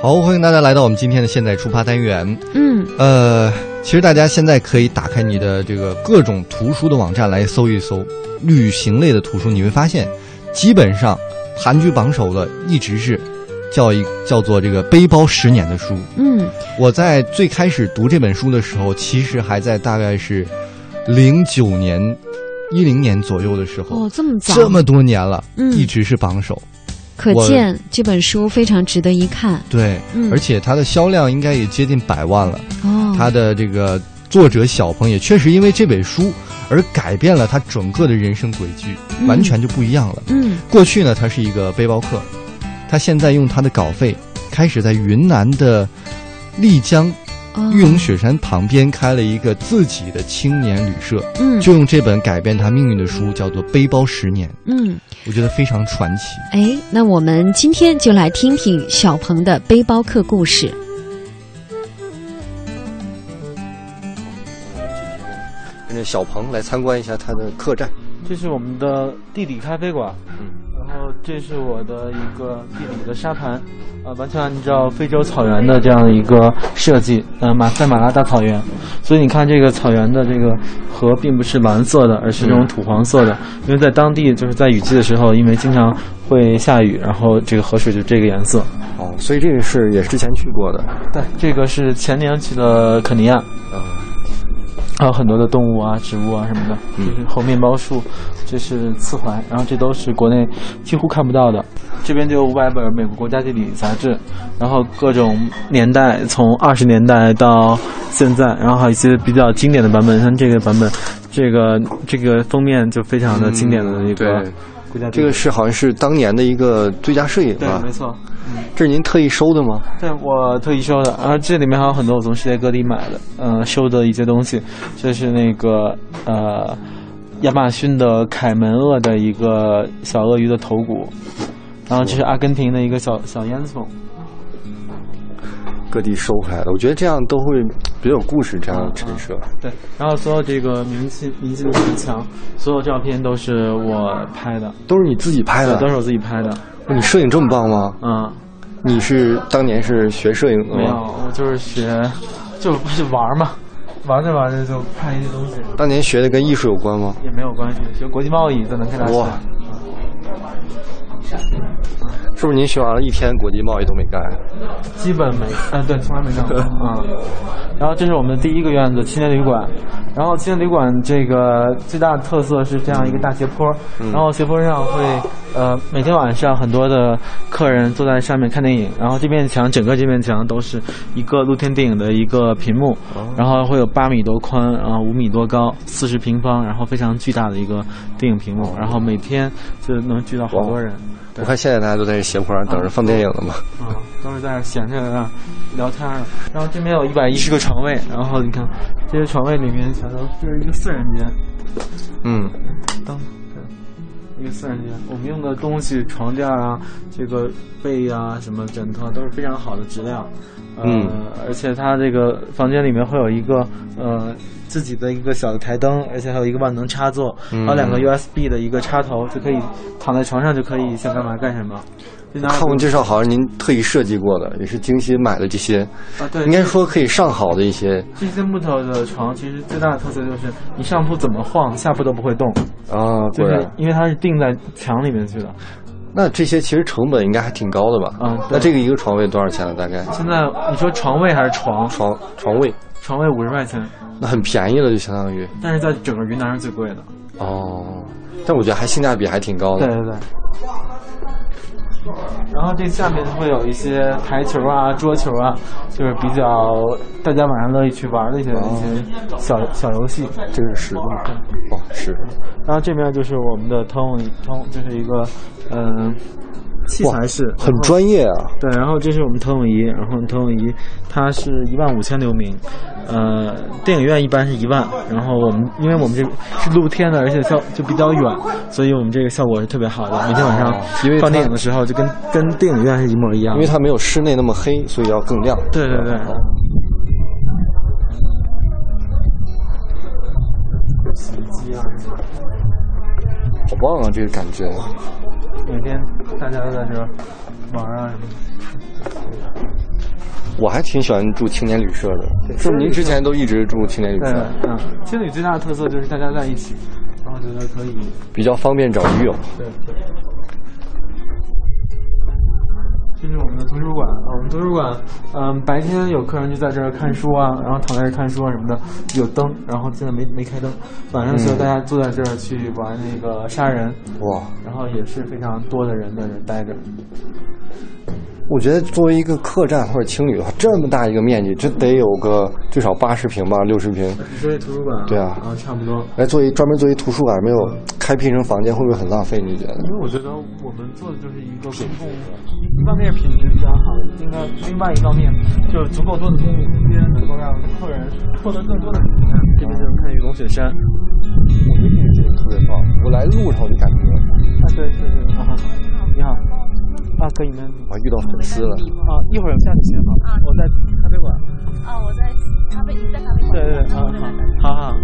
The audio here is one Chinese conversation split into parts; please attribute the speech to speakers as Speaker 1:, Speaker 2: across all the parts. Speaker 1: 好，欢迎大家来到我们今天的现在出发单元。
Speaker 2: 嗯，
Speaker 1: 呃，其实大家现在可以打开你的这个各种图书的网站来搜一搜旅行类的图书，你会发现，基本上盘踞榜首的一直是叫一叫做这个背包十年的书。
Speaker 2: 嗯，
Speaker 1: 我在最开始读这本书的时候，其实还在大概是零九年、一零年左右的时候，
Speaker 2: 哦，这么早，
Speaker 1: 这么多年了，
Speaker 2: 嗯
Speaker 1: 一直是榜首。
Speaker 2: 可
Speaker 1: 我
Speaker 2: 见这本书非常值得一看。
Speaker 1: 对，
Speaker 2: 嗯，
Speaker 1: 而且它的销量应该也接近百万了。
Speaker 2: 哦，
Speaker 1: 它的这个作者小鹏也确实因为这本书而改变了他整个的人生轨迹，
Speaker 2: 嗯
Speaker 1: 完全就不一样了。
Speaker 2: 嗯
Speaker 1: 过去呢，他是一个背包客，他现在用他的稿费开始在云南的丽江
Speaker 2: 哦
Speaker 1: 玉龙雪山旁边开了一个自己的青年旅社，
Speaker 2: 嗯
Speaker 1: 就用这本改变他命运的书叫做《背包十年》，
Speaker 2: 嗯，
Speaker 1: 我觉得非常传奇。
Speaker 2: 哎，那我们今天就来听听小鹏的背包客故事。
Speaker 1: 跟着小鹏来参观一下他的客栈，
Speaker 3: 这是我们的地理咖啡馆，然后这是我的一个地理的沙盘，呃，完全按照非洲草原的这样一个设计，呃，马赛马拉大草原，所以你看这个草原的这个河并不是蓝色的，而是这种土黄色的，因为在当地就是在雨季的时候，因为经常会下雨，然后这个河水就这个颜色。
Speaker 1: 哦，所以这个是也是之前去过的，
Speaker 3: 对，这个是前年去的肯尼亚，
Speaker 1: 呃
Speaker 3: 还有很多的动物啊、植物啊什么的，
Speaker 1: 嗯
Speaker 3: 这是猴面包树，这是刺槐，然后这都是国内几乎看不到的。这边就有五百本美国国家地理杂志，然后各种年代，从二十年代到现在，然后还有一些比较经典的版本，像这个版本，这个这个封面就非常的经典的一个
Speaker 1: 嗯对
Speaker 3: 国家地
Speaker 1: 这
Speaker 3: 理。
Speaker 1: 个是好像是当年的一个最佳摄影
Speaker 3: 对，
Speaker 1: 吧
Speaker 3: 没？错，
Speaker 1: 这是您特意收的吗？
Speaker 3: 对我特意收的，然后这里面还有很多我从世界各地买的，嗯、收的一些东西，这是那个呃亚马逊的凯门鳄的一个小鳄鱼的头骨，然后这是阿根廷的一个小小烟囱，
Speaker 1: 各地收回来的，我觉得这样都会比较有故事，这样陈设。
Speaker 3: 对，然后所有这个明信明信的墙，所有照片都是我拍的，
Speaker 1: 都是你自己拍
Speaker 3: 对
Speaker 1: 的，
Speaker 3: 都是我自己拍的，
Speaker 1: 你摄影这么棒吗？
Speaker 3: 嗯，
Speaker 1: 你是当年是学摄影的
Speaker 3: 没有
Speaker 1: 吗？，
Speaker 3: 我就是学，就是不是玩儿嘛，玩着玩着就拍一些东西，
Speaker 1: 当年学的跟艺术有关吗？
Speaker 3: 也没有关系，学国际贸易在南开大学。
Speaker 1: 哇是不是您学完了一天国际贸易都没干？
Speaker 3: 基本没，嗯、对，从来没干过，嗯。然后这是我们的第一个院子青年旅馆，然后青年旅馆这个最大的特色是这样一个大斜坡，然后斜坡上会，呃，每天晚上很多的客人坐在上面看电影，然后这面墙整个这面墙都是一个露天电影的一个屏幕，然后会有八米多宽，然后五米多高，四十平方，然后非常巨大的一个电影屏幕，然后每天就能聚到好多人。
Speaker 1: 我看现在大家都在这斜坡上等着放电影了嘛。
Speaker 3: 啊，都是在那儿闲着在那儿聊天儿呢。然后这边有一百一十个床位，然后你看这些床位里面全都这是一个四人间，
Speaker 1: 嗯，
Speaker 3: 灯，对，一个四人间。我们用的东西，床垫儿啊，这个被啊，什么枕头啊都是非常好的质量。呃、
Speaker 1: 嗯，
Speaker 3: 而且它这个房间里面会有一个呃自己的一个小的台灯，而且还有一个万能插座，
Speaker 1: 嗯
Speaker 3: 还有两个 USB 的一个插头，就可以躺在床上就可以想干嘛干什么。就拿
Speaker 1: 看我们介绍好像您特意设计过的，也是精心买的这些，
Speaker 3: 啊，对，
Speaker 1: 应该说可以上好的一些
Speaker 3: 这些木头的床其实最大的特色就是，你上铺怎么晃，下铺都不会动，
Speaker 1: 啊。
Speaker 3: 就
Speaker 1: 果
Speaker 3: 是
Speaker 1: 然，
Speaker 3: 因为它是钉在墙里面去的。
Speaker 1: 那这些其实成本应该还挺高的吧？
Speaker 3: 嗯对
Speaker 1: 那这个一个床位多少钱呢？啊大概
Speaker 3: 现在你说床位还是床？
Speaker 1: 床床位，
Speaker 3: 床位五十块钱，
Speaker 1: 那很便宜了，就相当于
Speaker 3: 但是在整个云南是最贵的。
Speaker 1: 哦。但我觉得还性价比还挺高的。
Speaker 3: 对对。然后这下面会有一些台球啊、桌球啊，就是比较大家晚上乐意去玩的一些、一些小小游戏。
Speaker 1: 这个是石头，哦，是
Speaker 3: 然后这面就是我们的通通，就是一个嗯、呃器材室，
Speaker 1: 很专业啊。
Speaker 3: 对，然后这是我们投影仪，然后投影仪它是一万五千流明，呃，电影院一般是一万，然后我们因为我们这个是露天的，而且效就比较远，所以我们这个效果是特别好的。每天晚上
Speaker 1: 哦因为它
Speaker 3: 放电影的时候，就跟跟电影院是一模一样
Speaker 1: 因为
Speaker 3: 的。
Speaker 1: 它没有哦室内那么黑，所以要更亮。
Speaker 3: 对对对。洗衣机啊，
Speaker 1: 好棒啊，这个感觉。
Speaker 3: 每天大家都在这玩啊什么的。
Speaker 1: 我还挺喜欢住青年旅社的，就您之前都一直住青年旅
Speaker 3: 对
Speaker 1: 社，，
Speaker 3: 嗯，青旅最大的特色就是大家在一起，然后觉得可以，
Speaker 1: 比较方便找驴友。
Speaker 3: 对对。这是我们的图书馆，啊我们图书馆，嗯，白天有客人就在这儿看书啊，然后躺在这儿看书啊什么的，有灯，然后现在没没开灯，晚上的时候大家坐在这儿去玩那个杀人，
Speaker 1: 哇，
Speaker 3: 然后也是非常多的人在这儿待着，
Speaker 1: 我觉得作为一个客栈或者青旅的话，这么大一个面积，这得有个最少八十平吧，六十平。
Speaker 3: 你说这图书馆、
Speaker 1: 对啊
Speaker 3: 啊，差不多。
Speaker 1: 来做一专门做一图书馆，没有开辟成房间，会不会很浪费？你觉得？
Speaker 3: 因为我觉得我们做的就是一个公共，一方面是品质比较好，另外另外一方面就是足够多的公共空间，能够让客人获得更多的体验。这边就是看玉龙雪山，啊
Speaker 1: 我觉得这个景特别棒。我来的路上我就感觉
Speaker 3: 对对对，啊你好，啊可以没问题，
Speaker 1: 我还遇到粉丝了。
Speaker 3: 啊一会儿下去信号，我在咖啡馆，
Speaker 4: 啊，我在咖啡，你在咖啡馆。
Speaker 3: 对对对，啊好，好好，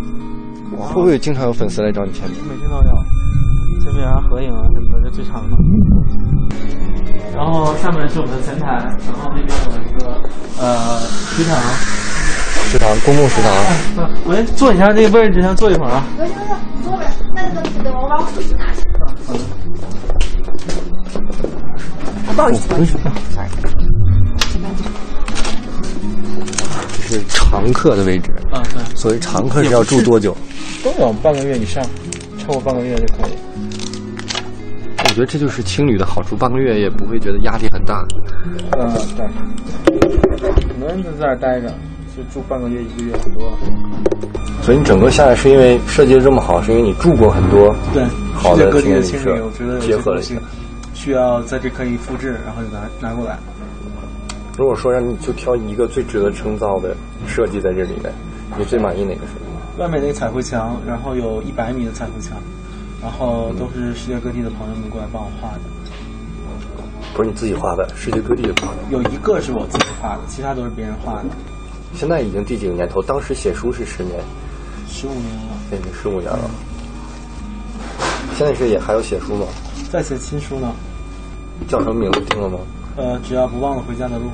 Speaker 3: 嗯，
Speaker 1: 会不会经常有粉丝来找你签名？
Speaker 3: 每天都有，签名啊合影啊什么的，这最常的。然后上面是我们的前台，然后那边有一个呃食堂。
Speaker 1: 食堂，公共食堂。
Speaker 3: 我先坐一下那个位置，先坐一会儿啊。
Speaker 4: 行行行，坐呗。那个等我把我手机拿去。不好意思，不好意思。
Speaker 1: 这是常客的位置。
Speaker 3: 啊，对，
Speaker 1: 所谓常客是要住多久？
Speaker 3: 都有半个月以上，超过半个月就可以。
Speaker 1: 我觉得这就是青旅的好处，半个月也不会觉得压力很大。
Speaker 3: 嗯，对。很多人就在这儿待着，就住半个月、一个月，很多。
Speaker 1: 所以你整个下来是因为设计的这么好，是因为你住过很多。
Speaker 3: 对，
Speaker 1: 好
Speaker 3: 世
Speaker 1: 的
Speaker 3: 界各地的青
Speaker 1: 青
Speaker 3: 旅，
Speaker 1: 旅
Speaker 3: 我觉得有
Speaker 1: 结合了一
Speaker 3: 些
Speaker 1: 下
Speaker 3: 东西需要在这可以复制，然后就拿拿过来。
Speaker 1: 如果说让你就挑一个最值得称道的设计在这里面，你最满意哪个设计？
Speaker 3: 外面那个彩绘墙，然后有一百米的彩绘墙，然后都是世界各地的朋友们过来帮我画的。
Speaker 1: 不是你自己画的，世界各地的朋友。
Speaker 3: 有一个是我自己画的，其他都是别人画的。
Speaker 1: 现在已经第几个年头？当时写书是十年，
Speaker 3: 十五年了，
Speaker 1: 那经十五年了。现在是也还要写书吗？
Speaker 3: 在写新书呢。
Speaker 1: 叫什么名字定了吗？
Speaker 3: 呃，只要不忘了回家的路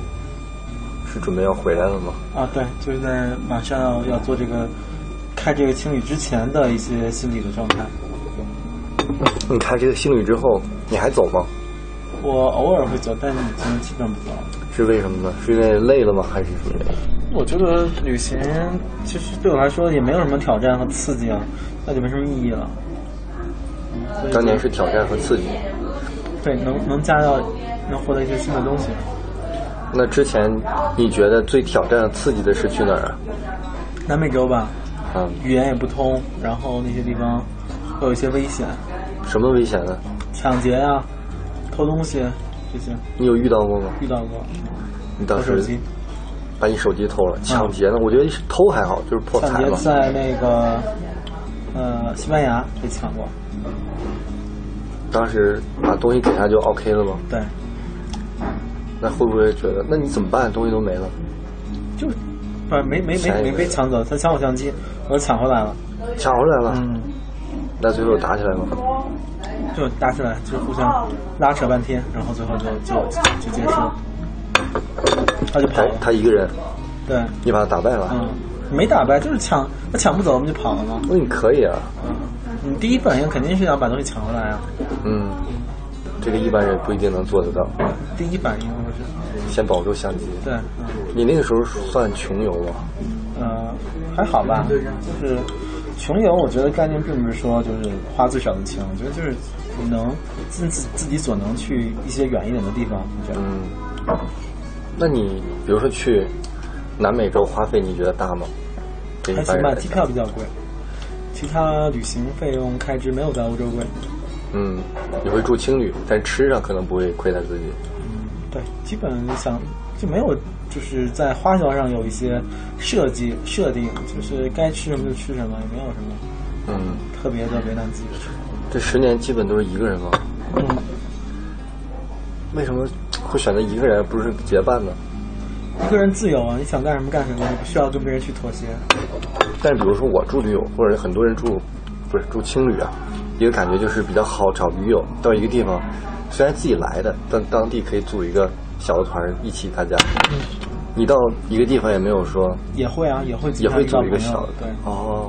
Speaker 1: 是准备要回来了吗？
Speaker 3: 啊，对，就是在马上要要做这个开这个青旅之前的一些心理的状态。
Speaker 1: 你开这个新旅之后，你还走吗？
Speaker 3: 我偶尔会走，但是已经基本不走了。
Speaker 1: 是为什么呢？是因为累了吗？还是什么原因？
Speaker 3: 我觉得旅行其实对我来说也没有什么挑战和刺激了，啊那就没什么意义了。所以
Speaker 1: 当年是挑战和刺激。
Speaker 3: 对能能加到能获得一些新的东西。
Speaker 1: 那之前你觉得最挑战、刺激的是去哪儿啊？
Speaker 3: 南美洲吧，
Speaker 1: 嗯，
Speaker 3: 语言也不通，然后那些地方会有一些危险，
Speaker 1: 什么危险呢？
Speaker 3: 抢劫呀、偷东西这些
Speaker 1: 你有遇到过吗？
Speaker 3: 遇到过，
Speaker 1: 你
Speaker 3: 偷
Speaker 1: 嗯当
Speaker 3: 手
Speaker 1: 时
Speaker 3: 机。嗯
Speaker 1: 把你手机偷了，抢劫呢？我觉得是偷还好，就是破
Speaker 3: 抢
Speaker 1: 财
Speaker 3: 劫
Speaker 1: 嘛。
Speaker 3: 在那个呃西班牙被抢过，
Speaker 1: 当时把东西给他就 OK 了吗？
Speaker 3: 对，
Speaker 1: 那会不会觉得，那你怎么办？东西都没了，
Speaker 3: 就不是没没
Speaker 1: 啥
Speaker 3: 没
Speaker 1: 也
Speaker 3: 没
Speaker 1: 没
Speaker 3: 被
Speaker 1: 有
Speaker 3: 抢走，他抢我相机，我抢回来了，
Speaker 1: 抢回来了，
Speaker 3: 嗯，
Speaker 1: 那最后打起来吗？
Speaker 3: 就打起来，就互相拉扯半天，然后最后就就就结束了，他就跑
Speaker 1: 他
Speaker 3: 了，
Speaker 1: 他一个人，
Speaker 3: 对，
Speaker 1: 你把他打败了，
Speaker 3: 嗯，没打败，就是抢，他抢不走，我们就跑了嘛，
Speaker 1: 那你可以啊，
Speaker 3: 嗯，你第一反应肯定是想把东西抢回来啊，
Speaker 1: 嗯，这个一般人不一定能做得到。
Speaker 3: 第一反应我是，
Speaker 1: 先保住相机。
Speaker 3: 对，嗯。
Speaker 1: 你那个时候算穷游吗？
Speaker 3: 呃，还好吧，就是穷游，我觉得概念并不是说就是花最少的钱，我觉得就是你能尽自自己所能去一些远一点的地方，我觉得
Speaker 1: 嗯，那你比如说去南美洲花费，你觉得大吗？给一
Speaker 3: 还
Speaker 1: 般
Speaker 3: 行
Speaker 1: 人
Speaker 3: 吧，
Speaker 1: 来
Speaker 3: 机
Speaker 1: 讲
Speaker 3: 票比较贵，其他旅行费用开支没有在欧洲贵。
Speaker 1: 嗯，你会住青旅，但吃上可能不会亏待自己。
Speaker 3: 嗯对，基本想就没有就是在花销上有一些设计设定，就是该吃什么就吃什么，也没有什么
Speaker 1: 嗯，
Speaker 3: 特别的为难自己的事。
Speaker 1: 这十年基本都是一个人吗？
Speaker 3: 嗯，
Speaker 1: 为什么会选择一个人，而不是结伴呢？
Speaker 3: 一个人自由啊，你想干什么干什么，你不需要跟别人去妥协。
Speaker 1: 但是比如说我住驴友，或者很多人住不是住青旅啊，一个感觉就是比较好找驴友，到一个地方，虽然自己来的，但当地可以组一个小的团儿一起大家。
Speaker 3: 嗯
Speaker 1: 你到一个地方也没有说
Speaker 3: 也会啊，也会
Speaker 1: 也会组一个
Speaker 3: 经
Speaker 1: 小
Speaker 3: 常遇到
Speaker 1: 的
Speaker 3: 朋友对，嗯
Speaker 1: 哦。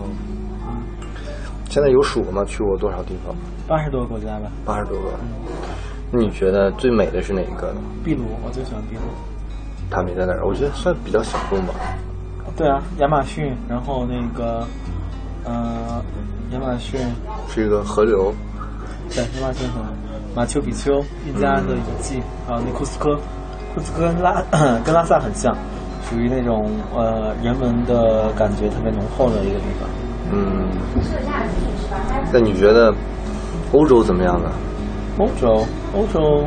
Speaker 1: 现在有数吗？去过多少地方？
Speaker 3: 八十多个国家吧。
Speaker 1: 八十多个。
Speaker 3: 嗯
Speaker 1: 那你觉得最美的是哪一个呢？
Speaker 3: 秘鲁，我最喜欢秘鲁。
Speaker 1: 他没在那儿，我觉得算比较小众吧。
Speaker 3: 对啊，亚马逊，然后那个，呃，亚马逊，
Speaker 1: 是一个河流，
Speaker 3: 对，亚马逊河，马丘比丘、印加的遗迹，
Speaker 1: 嗯
Speaker 3: 还有那库斯科，库斯科跟拉 跟拉萨很像，属于那种呃人文的感觉特别浓厚的一个地方。
Speaker 1: 嗯。那你觉得欧洲怎么样呢？
Speaker 3: 欧洲，欧洲，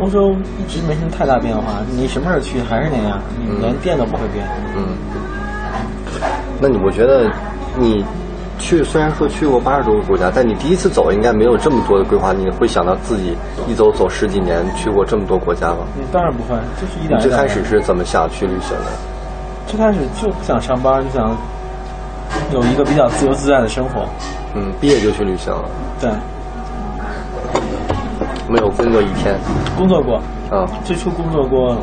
Speaker 3: 欧洲一直没什么太大变化。你什么时候去还是那样，你连变都不会变。
Speaker 1: 嗯，那你我觉得你去虽然说去过八十多个国家，但你第一次走应该没有这么多的规划，你会想到自己一走走十几年，去过这么多国家吧？
Speaker 3: 嗯，当然不会，就是一
Speaker 1: 你
Speaker 3: 点一点
Speaker 1: 最
Speaker 3: 的。
Speaker 1: 开始是怎么想去旅行的？
Speaker 3: 最开始就不想上班，就想有一个比较自由自在的生活。
Speaker 1: 嗯，毕业就去旅行了，
Speaker 3: 对，
Speaker 1: 没有工作一天。
Speaker 3: 工作过，
Speaker 1: 啊、
Speaker 3: 最初工作过，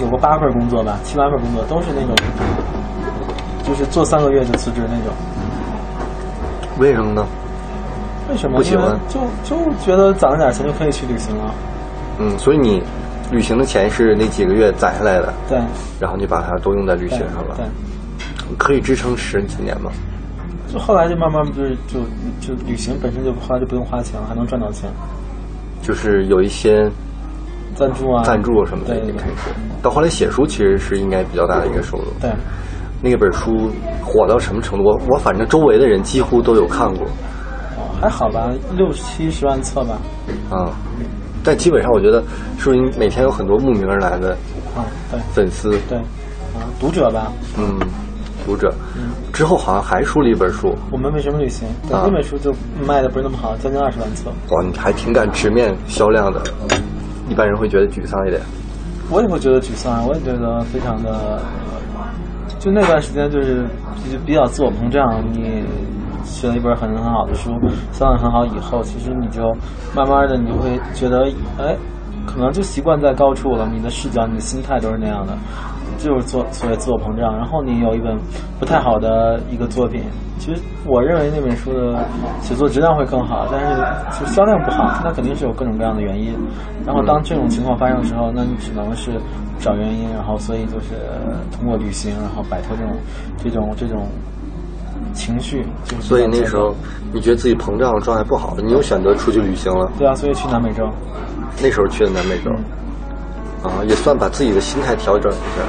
Speaker 3: 有过八份工作吧，七八份工作都是那种，就是做三个月就辞职那种。
Speaker 1: 为什么呢？
Speaker 3: 为什么？
Speaker 1: 不喜欢
Speaker 3: 因为就就觉得攒了点钱就可以去旅行了。
Speaker 1: 嗯，所以你旅行的钱是那几个月攒下来的，
Speaker 3: 对，
Speaker 1: 然后你把它都用在旅行
Speaker 3: 对
Speaker 1: 上了
Speaker 3: 对，
Speaker 1: 可以支撑十几年吗？
Speaker 3: 就后来就慢慢就是就就旅行本身就后来就不用花钱了，还能赚到钱，
Speaker 1: 就是有一些
Speaker 3: 赞助啊，
Speaker 1: 赞助什么的
Speaker 3: 对
Speaker 1: 已
Speaker 3: 对
Speaker 1: 经
Speaker 3: 对
Speaker 1: 开始。到后来写书其实是应该比较大的一个收入。
Speaker 3: 对，
Speaker 1: 那本书火到什么程度？我我反正周围的人几乎都有看过，
Speaker 3: 哦还好吧，六七十万册吧，
Speaker 1: 啊、但基本上我觉得，说明每天有很多慕名而来的
Speaker 3: 啊，对
Speaker 1: 粉丝，
Speaker 3: 对，啊，读者吧，
Speaker 1: 嗯，读者。之后好像还出了一本书，
Speaker 3: 我们为什么旅行？对，
Speaker 1: 啊
Speaker 3: 那本书就卖的不是那么好，将近二十万册，
Speaker 1: 哇，你还挺敢直面销量的，一般人会觉得沮丧一点。
Speaker 3: 我也会觉得沮丧，我也觉得非常的，就那段时间就是就比较自我膨胀，你。学了一本很很好的书，销量很好以后，其实你就慢慢的，你就会觉得，哎，可能就习惯在高处了，你的视角、你的心态都是那样的，就是做所谓自我膨胀。然后你有一本不太好的一个作品，其实我认为那本书的写作质量会更好，但是就销量不好，那肯定是有各种各样的原因。然后当这种情况发生的时候，那你只能是找原因，然后所以就是通过旅行，然后摆脱这种这种这种情绪。就是
Speaker 1: 所以
Speaker 3: 比较
Speaker 1: 那时候你觉得自己膨胀状态不好，你又选择出去旅行了。
Speaker 3: 对啊，所以去南美洲，
Speaker 1: 那时候去的南美洲，啊，也算把自己的心态调整一下。